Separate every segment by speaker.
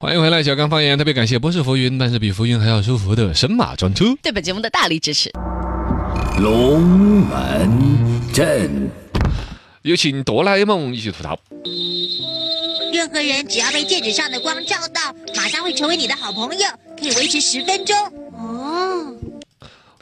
Speaker 1: 欢迎回来，小刚方言，特别感谢不是浮云，但是比浮云还要舒服的神马专车。
Speaker 2: 对本节目的大力支持。
Speaker 3: 龙门阵，
Speaker 1: 有请哆啦 A 梦一起吐槽。
Speaker 4: 任何人只要被戒指上的光照到，马上会成为你的好朋友，可以维持十分钟。哦，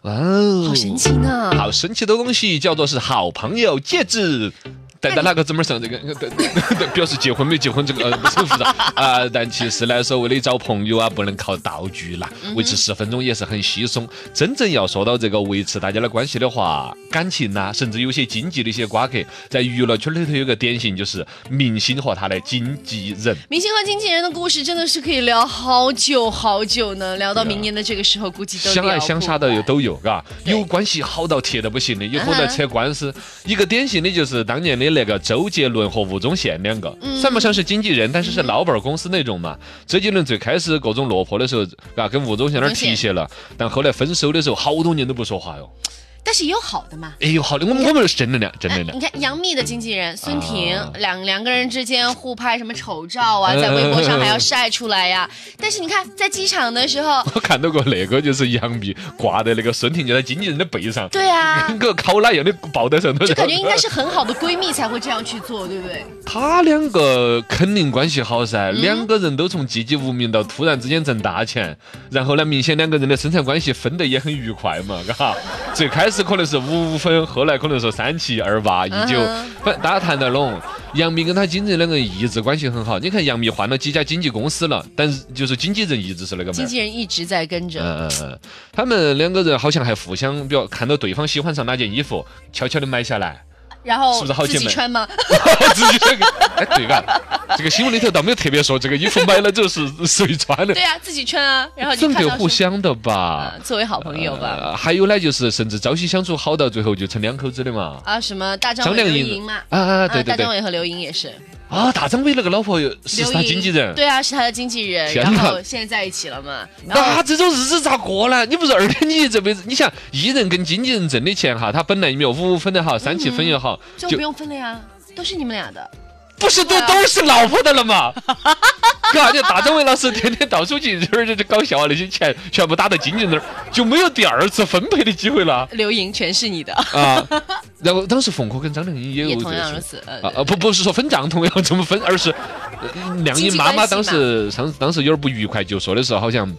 Speaker 1: 哇哦，
Speaker 2: 嗯好神奇呢！
Speaker 1: 好神奇的东西叫做是好朋友戒指。戴在那个怎么上这个？对对对表示结婚没结婚这个呃不是很复杂啊。但其实来说，为了找朋友啊，不能靠道具啦，维持十分钟也是很稀松。真正要说到这个维持大家的关系的话，感情呐、甚至有些经济的一些瓜葛，在娱乐圈里头有个典型就是明星和他的经纪人。
Speaker 2: 明星和经纪人的故事真的是可以聊好久好久呢，聊到明年的这个时候，估计都
Speaker 1: 啊相爱
Speaker 2: 聊
Speaker 1: 相
Speaker 2: 不
Speaker 1: 杀的
Speaker 2: 完
Speaker 1: 有都有，嘎，
Speaker 2: 对
Speaker 1: 有关系好到铁的不行的，有可
Speaker 2: 啊哈
Speaker 1: 能扯官司。一个典型的就是当年的那个周杰伦和吴宗宪两个，
Speaker 2: 嗯
Speaker 1: 算不上是经纪人，但是是老板儿公司那种嘛。周杰伦最开始各种落魄的时候，嘎，跟吴宗宪那儿
Speaker 2: 吴宗宪
Speaker 1: 提携了，
Speaker 2: 嗯
Speaker 1: 但后来分手的时候，好多年都不说话哟。
Speaker 2: 但是也有好的嘛。
Speaker 1: 哎呦，好的，我们我们是正能量，正能
Speaker 2: 哎
Speaker 1: 量
Speaker 2: 你。看杨幂的经纪人孙婷，
Speaker 1: 啊
Speaker 2: 两两个人之间互拍什么丑 照啊，
Speaker 1: 嗯
Speaker 2: 在微博上还要晒出来呀、但是你看，在机场的 时候，
Speaker 1: 我看到过那个，就是杨幂挂在那个孙婷就在经纪人的背上，
Speaker 2: 对 啊
Speaker 1: 跟，个烤奶一样的抱在上头，
Speaker 2: 就感觉应
Speaker 1: 然后
Speaker 2: 该是很好的闺蜜才会这样去做，对不对？
Speaker 1: 他两个肯定关系好噻，
Speaker 2: 嗯
Speaker 1: 两个人都从籍籍无名到突然之间挣大钱，然后呢，明显两个人的生产关系分得也很愉快嘛， 嘎。最开始可能是五五分，后来可能说三七二八一九
Speaker 2: 嗯，
Speaker 1: 反正大家谈得拢。杨幂跟她经纪人两个人一直关系很好，你看杨幂换了几家经纪公司了，但是就是经纪人一直是那个妹
Speaker 2: 经
Speaker 1: 儿。
Speaker 2: 纪人一直在跟着。
Speaker 1: 嗯嗯嗯，他们两个人好像还互相，比如看到对方喜欢上哪件衣服，悄悄的买下来，
Speaker 2: 然
Speaker 1: 是
Speaker 2: 后
Speaker 1: 不是好姐
Speaker 2: 自
Speaker 1: 妹
Speaker 2: 己 穿吗？
Speaker 1: 自己这个，哎，对吧？这个新闻里头倒没有特别说这个衣服买了之后是谁穿的
Speaker 2: 对，啊，自己穿啊，然后就
Speaker 1: 赠
Speaker 2: 看
Speaker 1: 给
Speaker 2: 到
Speaker 1: 互
Speaker 2: 说
Speaker 1: 相的
Speaker 2: 啊
Speaker 1: 吧，。
Speaker 2: 作为好朋友吧。
Speaker 1: 呃还有呢，就是甚至朝夕相处好到最后就成两口子的嘛。
Speaker 2: 啊，什么大张
Speaker 1: 张
Speaker 2: 伟、
Speaker 1: 靓
Speaker 2: 刘
Speaker 1: 颖
Speaker 2: 莹嘛，
Speaker 1: 啊啊，对对
Speaker 2: 啊，大张
Speaker 1: 对，
Speaker 2: 伟和刘莹也是，
Speaker 1: 啊，大张伟那个老婆是
Speaker 2: 刘
Speaker 1: 他
Speaker 2: 莹
Speaker 1: 经纪人。
Speaker 2: 对啊，是他的经纪人，
Speaker 1: 天
Speaker 2: 然
Speaker 1: 哪
Speaker 2: 后现在在一起了嘛，然
Speaker 1: 那
Speaker 2: 后
Speaker 1: 这种日子咋过呢？你不是二天，你这辈子，你想艺人跟经纪人挣的钱哈，他本来也没有五五分也好，三七分也好，
Speaker 2: 就不用分了呀，都是你们俩的，
Speaker 1: 不是都都是老婆的了吗？哥，你大张伟老师天天到处去，这这搞笑啊，那些钱全部打到经纪人那儿，就没有第二次分配的机会了
Speaker 2: 刘莹全是你的，
Speaker 1: 啊。然后当时冯轲跟张靓颖也
Speaker 2: 也
Speaker 1: 有这
Speaker 2: 同样如
Speaker 1: 个事。
Speaker 2: 此，呃
Speaker 1: 啊啊不不是说分账同样怎么分，而是呃靓颖妈妈当时当当时有点不愉快，就说的时候好像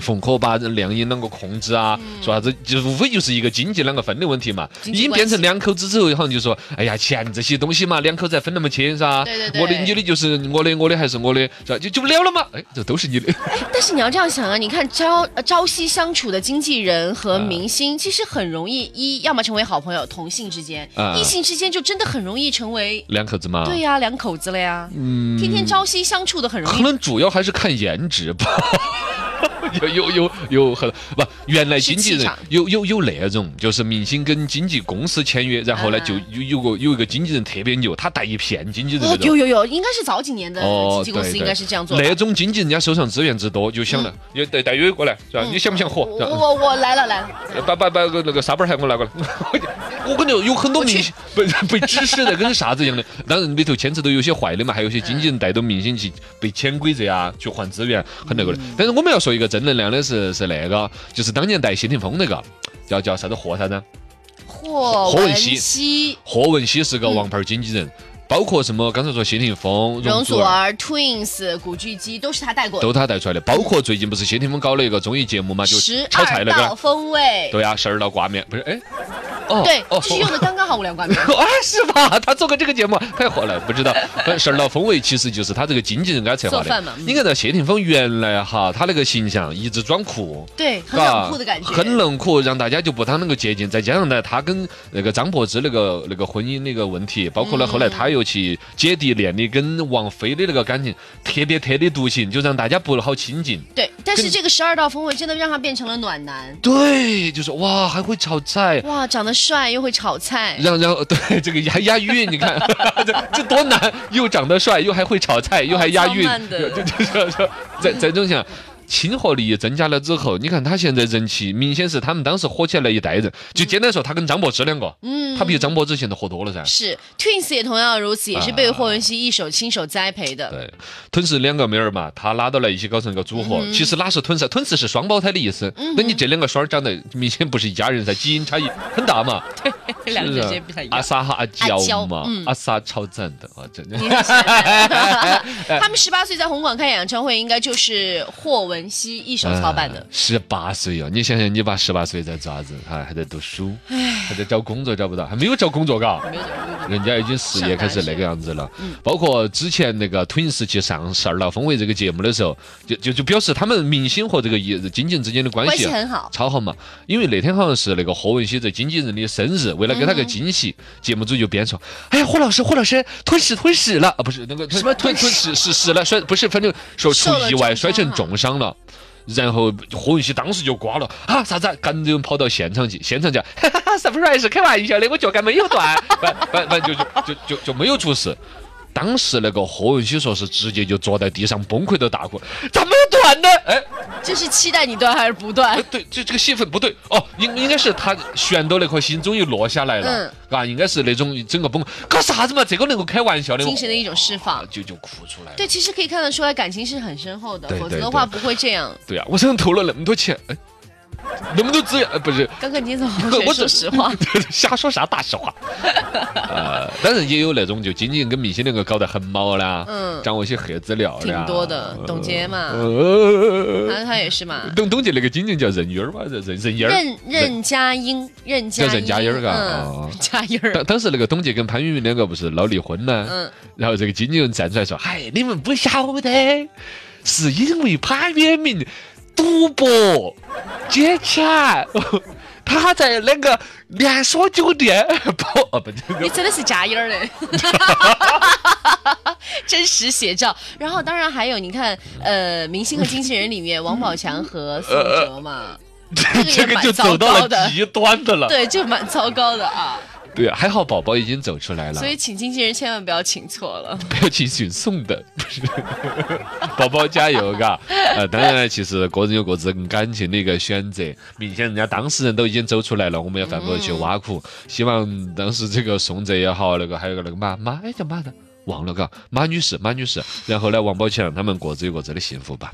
Speaker 1: 冯轲把靓颖啷个控制啊，说啥子就无非就是一个经济啷个分的问题嘛。
Speaker 2: 嗯经
Speaker 1: 已
Speaker 2: 济
Speaker 1: 经
Speaker 2: 关系
Speaker 1: 变成两口子之后，好像就说哎呀钱这些东西嘛，两口子还分那么清是吧？
Speaker 2: 对对对
Speaker 1: 我的你的就是我的，我的还是我的，是吧？就就不了了嘛。哎，这都是你的。
Speaker 2: 但是你要这样想啊，你看朝呃朝夕相处的经纪人和明星，其实很容易一要么成为好朋友，同性之间
Speaker 1: 啊，
Speaker 2: 异性之间就真的很容易成为。
Speaker 1: 两口子嘛。
Speaker 2: 对呀、两口子了呀，
Speaker 1: 嗯
Speaker 2: 天天朝夕相处的很容
Speaker 1: 可
Speaker 2: 易。
Speaker 1: 能主要还是看颜值吧。 有有有有很不，原来经纪
Speaker 2: 是气
Speaker 1: 人
Speaker 2: 场
Speaker 1: 有有有那种，就是明星跟经纪公司签约，然后呢
Speaker 2: 啊
Speaker 1: 就有有个有一个经纪人特别牛，他带一片经纪人
Speaker 2: 哦
Speaker 1: 那，种哦
Speaker 2: 有。有哦有，应该是早几年的经纪公司
Speaker 1: 对
Speaker 2: 应该是这样做
Speaker 1: 对
Speaker 2: 的。嗯
Speaker 1: 那种经纪人家手上资源之多，就想了，也带带约过来，是吧？你想不想火？
Speaker 2: 我
Speaker 1: 是吧
Speaker 2: 我我来了来了，
Speaker 1: 把把把个那个沙板儿还给我拿过来， 我感觉有很多明星被被指使的跟啥子一样的。当然里头牵扯到有些坏的嘛，还有些经纪人带动明星去被潜规则啊，去换资源，很那个
Speaker 2: 嗯
Speaker 1: 的。但是我们要说一个正能量的是是那个，就是当年带谢霆锋那个。叫叫啥子霍啥子？
Speaker 2: 霍
Speaker 1: 文
Speaker 2: 文
Speaker 1: 熙
Speaker 2: 熙、
Speaker 1: 霍汶希是
Speaker 2: 嗯
Speaker 1: 个王牌经纪人，包括什么刚才说谢霆锋、
Speaker 2: 容
Speaker 1: 祖
Speaker 2: 祖
Speaker 1: 儿。
Speaker 2: 儿、Twins、古巨基都是他带过
Speaker 1: 都
Speaker 2: 的。
Speaker 1: 他带出来的，包括最近不是谢霆锋搞了一个综艺节目嘛，就
Speaker 2: 十
Speaker 1: 炒菜
Speaker 2: 二
Speaker 1: 那
Speaker 2: 道
Speaker 1: 个，
Speaker 2: 风味，
Speaker 1: 对呀、啊十二道挂面不是哎，哦
Speaker 2: 对
Speaker 1: 哦，
Speaker 2: 就是用的刚刚好五粮 冠冕。
Speaker 1: 啊，是吧？他做过这个节目，太火了，不 知道。但是老风味其实就是他这个经纪人给他策划
Speaker 2: 做饭
Speaker 1: 的
Speaker 2: 嘛。嗯
Speaker 1: 你看到谢霆锋原来哈，他那个形象一直装酷。
Speaker 2: 对，很
Speaker 1: 嘎
Speaker 2: 冷酷的感觉，
Speaker 1: 很冷酷，让大家就不太能够接近。再加上呢，他跟那个张柏芝那个那个婚姻那个问题，包括呢后来他又去姐弟恋的跟王菲的那个感情，特别特立独行，就让大家不好亲近。
Speaker 2: 对，但是
Speaker 1: 跟
Speaker 2: 这个十二道风味真的让他变成了暖男，
Speaker 1: 对，就是哇，还会炒菜，
Speaker 2: 哇，长得帅又会炒菜，
Speaker 1: 让让对这个押押韵，你看这这多难，又长得帅，又还会炒菜，又还押韵，
Speaker 2: 哦超慢的
Speaker 1: 就就就就在在这种想。亲和力增加了之后，你看他现在人气明显是他们当时火起来一代人。就简单说，他跟张柏芝两个，嗯，他比张柏芝现在火多了噻。
Speaker 2: 是 Twins 也同样如此，也是
Speaker 1: 啊
Speaker 2: 被霍汶希一手亲手栽培的。
Speaker 1: 对，吞噬两个妹儿嘛，她拉到来一起搞成一个组合。
Speaker 2: 嗯
Speaker 1: 其实哪是吞噬？吞噬是双胞胎的意思。那你这两个双儿长得明显不是一家人噻，基因差异很大 嘛。
Speaker 2: 这两个
Speaker 1: 是啊
Speaker 2: 人
Speaker 1: 不是
Speaker 2: 谁比较一
Speaker 1: 阿
Speaker 2: 样？
Speaker 1: 莎和阿
Speaker 2: 阿娇
Speaker 1: 娇嘛
Speaker 2: 嗯，
Speaker 1: 阿莎超赞的啊，真的。
Speaker 2: 他们十八岁在红馆开演唱会，应该就是霍汶希一手操办的。
Speaker 1: 哎十八岁哦，你想想，你爸十八岁在做啥子？哎还还在读书，还在找工作找不到，还没有找工作嘎。
Speaker 2: 没有
Speaker 1: 人家已经事业开始那个样子了，嗯包括之前那个 Twins 去上《十二闹风味》这个节目的时候，就就就表示他们明星和这个艺经纪人之间的关
Speaker 2: 关
Speaker 1: 系
Speaker 2: 系
Speaker 1: 啊
Speaker 2: 很好，
Speaker 1: 超好嘛。因为那天好像是那个霍汶希这经纪人的生日，为了给他个惊喜，节目组就编说：“哎呀，霍老师，霍老师吞噬吞噬了啊，不是那个什么吞吞噬是死了摔，不是反正说出
Speaker 2: 受了
Speaker 1: 意外
Speaker 2: 重
Speaker 1: 摔
Speaker 2: 伤
Speaker 1: 成
Speaker 2: 啊
Speaker 1: 重伤了。”然后霍汶希当时就瓜了啊！啥子啊？赶紧跑到现场去，现场讲 哈哈哈，surprise，开玩笑的，我脚杆没有断， 反反反正就就就就就没有出事。当时那个霍汶希说是直接就坐在地上崩溃的大哭，咋没有断呢？哎，
Speaker 2: 这是期待你断还是不断
Speaker 1: 哎？对，这这个戏份不对哦，应应该是他悬到那颗心终于落下来
Speaker 2: 嗯
Speaker 1: 了，啊，应该是那种整个崩，搞啥子嘛？这个能够开玩笑的，
Speaker 2: 精神的一种释
Speaker 1: 啊
Speaker 2: 放。
Speaker 1: 就就哭出来了。
Speaker 2: 对，其实可以看得出来，感情是很深厚的，
Speaker 1: 对
Speaker 2: 否
Speaker 1: 对
Speaker 2: 则的
Speaker 1: 对
Speaker 2: 话不会这样。
Speaker 1: 对啊，我身上投了那么多钱，哎，那么多资源，哎不是
Speaker 2: 刚刚你怎么口水
Speaker 1: 我
Speaker 2: 说实 话，
Speaker 1: 瞎说啥大实话。呃，当然也有那种就经纪人跟明星两个搞得很猫啦，
Speaker 2: 嗯
Speaker 1: 掌握一些黑资料
Speaker 2: 挺多的。董啊洁嘛，
Speaker 1: 哎呃，
Speaker 2: 他他也是嘛。
Speaker 1: 董董姐那个经纪人叫任云儿嘛，任任任云儿。
Speaker 2: 任任嘉英，任嘉
Speaker 1: 叫任嘉英儿嘎
Speaker 2: 嗯
Speaker 1: 哦，
Speaker 2: 嘉英儿
Speaker 1: 当当时那个董洁跟潘粤明两个不是闹离婚呢，
Speaker 2: 嗯
Speaker 1: 然后这个经纪人站出来说：“嗨，你们不晓得，是因为潘粤明赌博借钱， 他在那个连锁酒店跑哦不，
Speaker 2: 你真的是加音 儿嘞，真实写照。然后当然还有，你看，呃，明星和经纪人里面，王宝强和
Speaker 1: 呃
Speaker 2: 宋哲嘛，
Speaker 1: 这
Speaker 2: 这个
Speaker 1: 个就
Speaker 2: 也蛮
Speaker 1: 走
Speaker 2: 糟
Speaker 1: 到
Speaker 2: 糕
Speaker 1: 了
Speaker 2: 的。
Speaker 1: 极端的了。
Speaker 2: 对，就蛮糟糕的啊，
Speaker 1: 对啊，还好宝宝已经走出来了
Speaker 2: 所，以请经纪人千万不要请错了。
Speaker 1: 不要去寻送的， 不是宝宝加油，嘎。呃，当然了，其实个人有各自感情的一个选择，明显人家当事人都已经走出来了，我们也犯不着去挖苦。希望当时这个宋哲也好，那个还有个那个马马哎叫马的。忘了嘎，马女士，马女士，然后呢，王宝强他们各自有各自的幸福吧。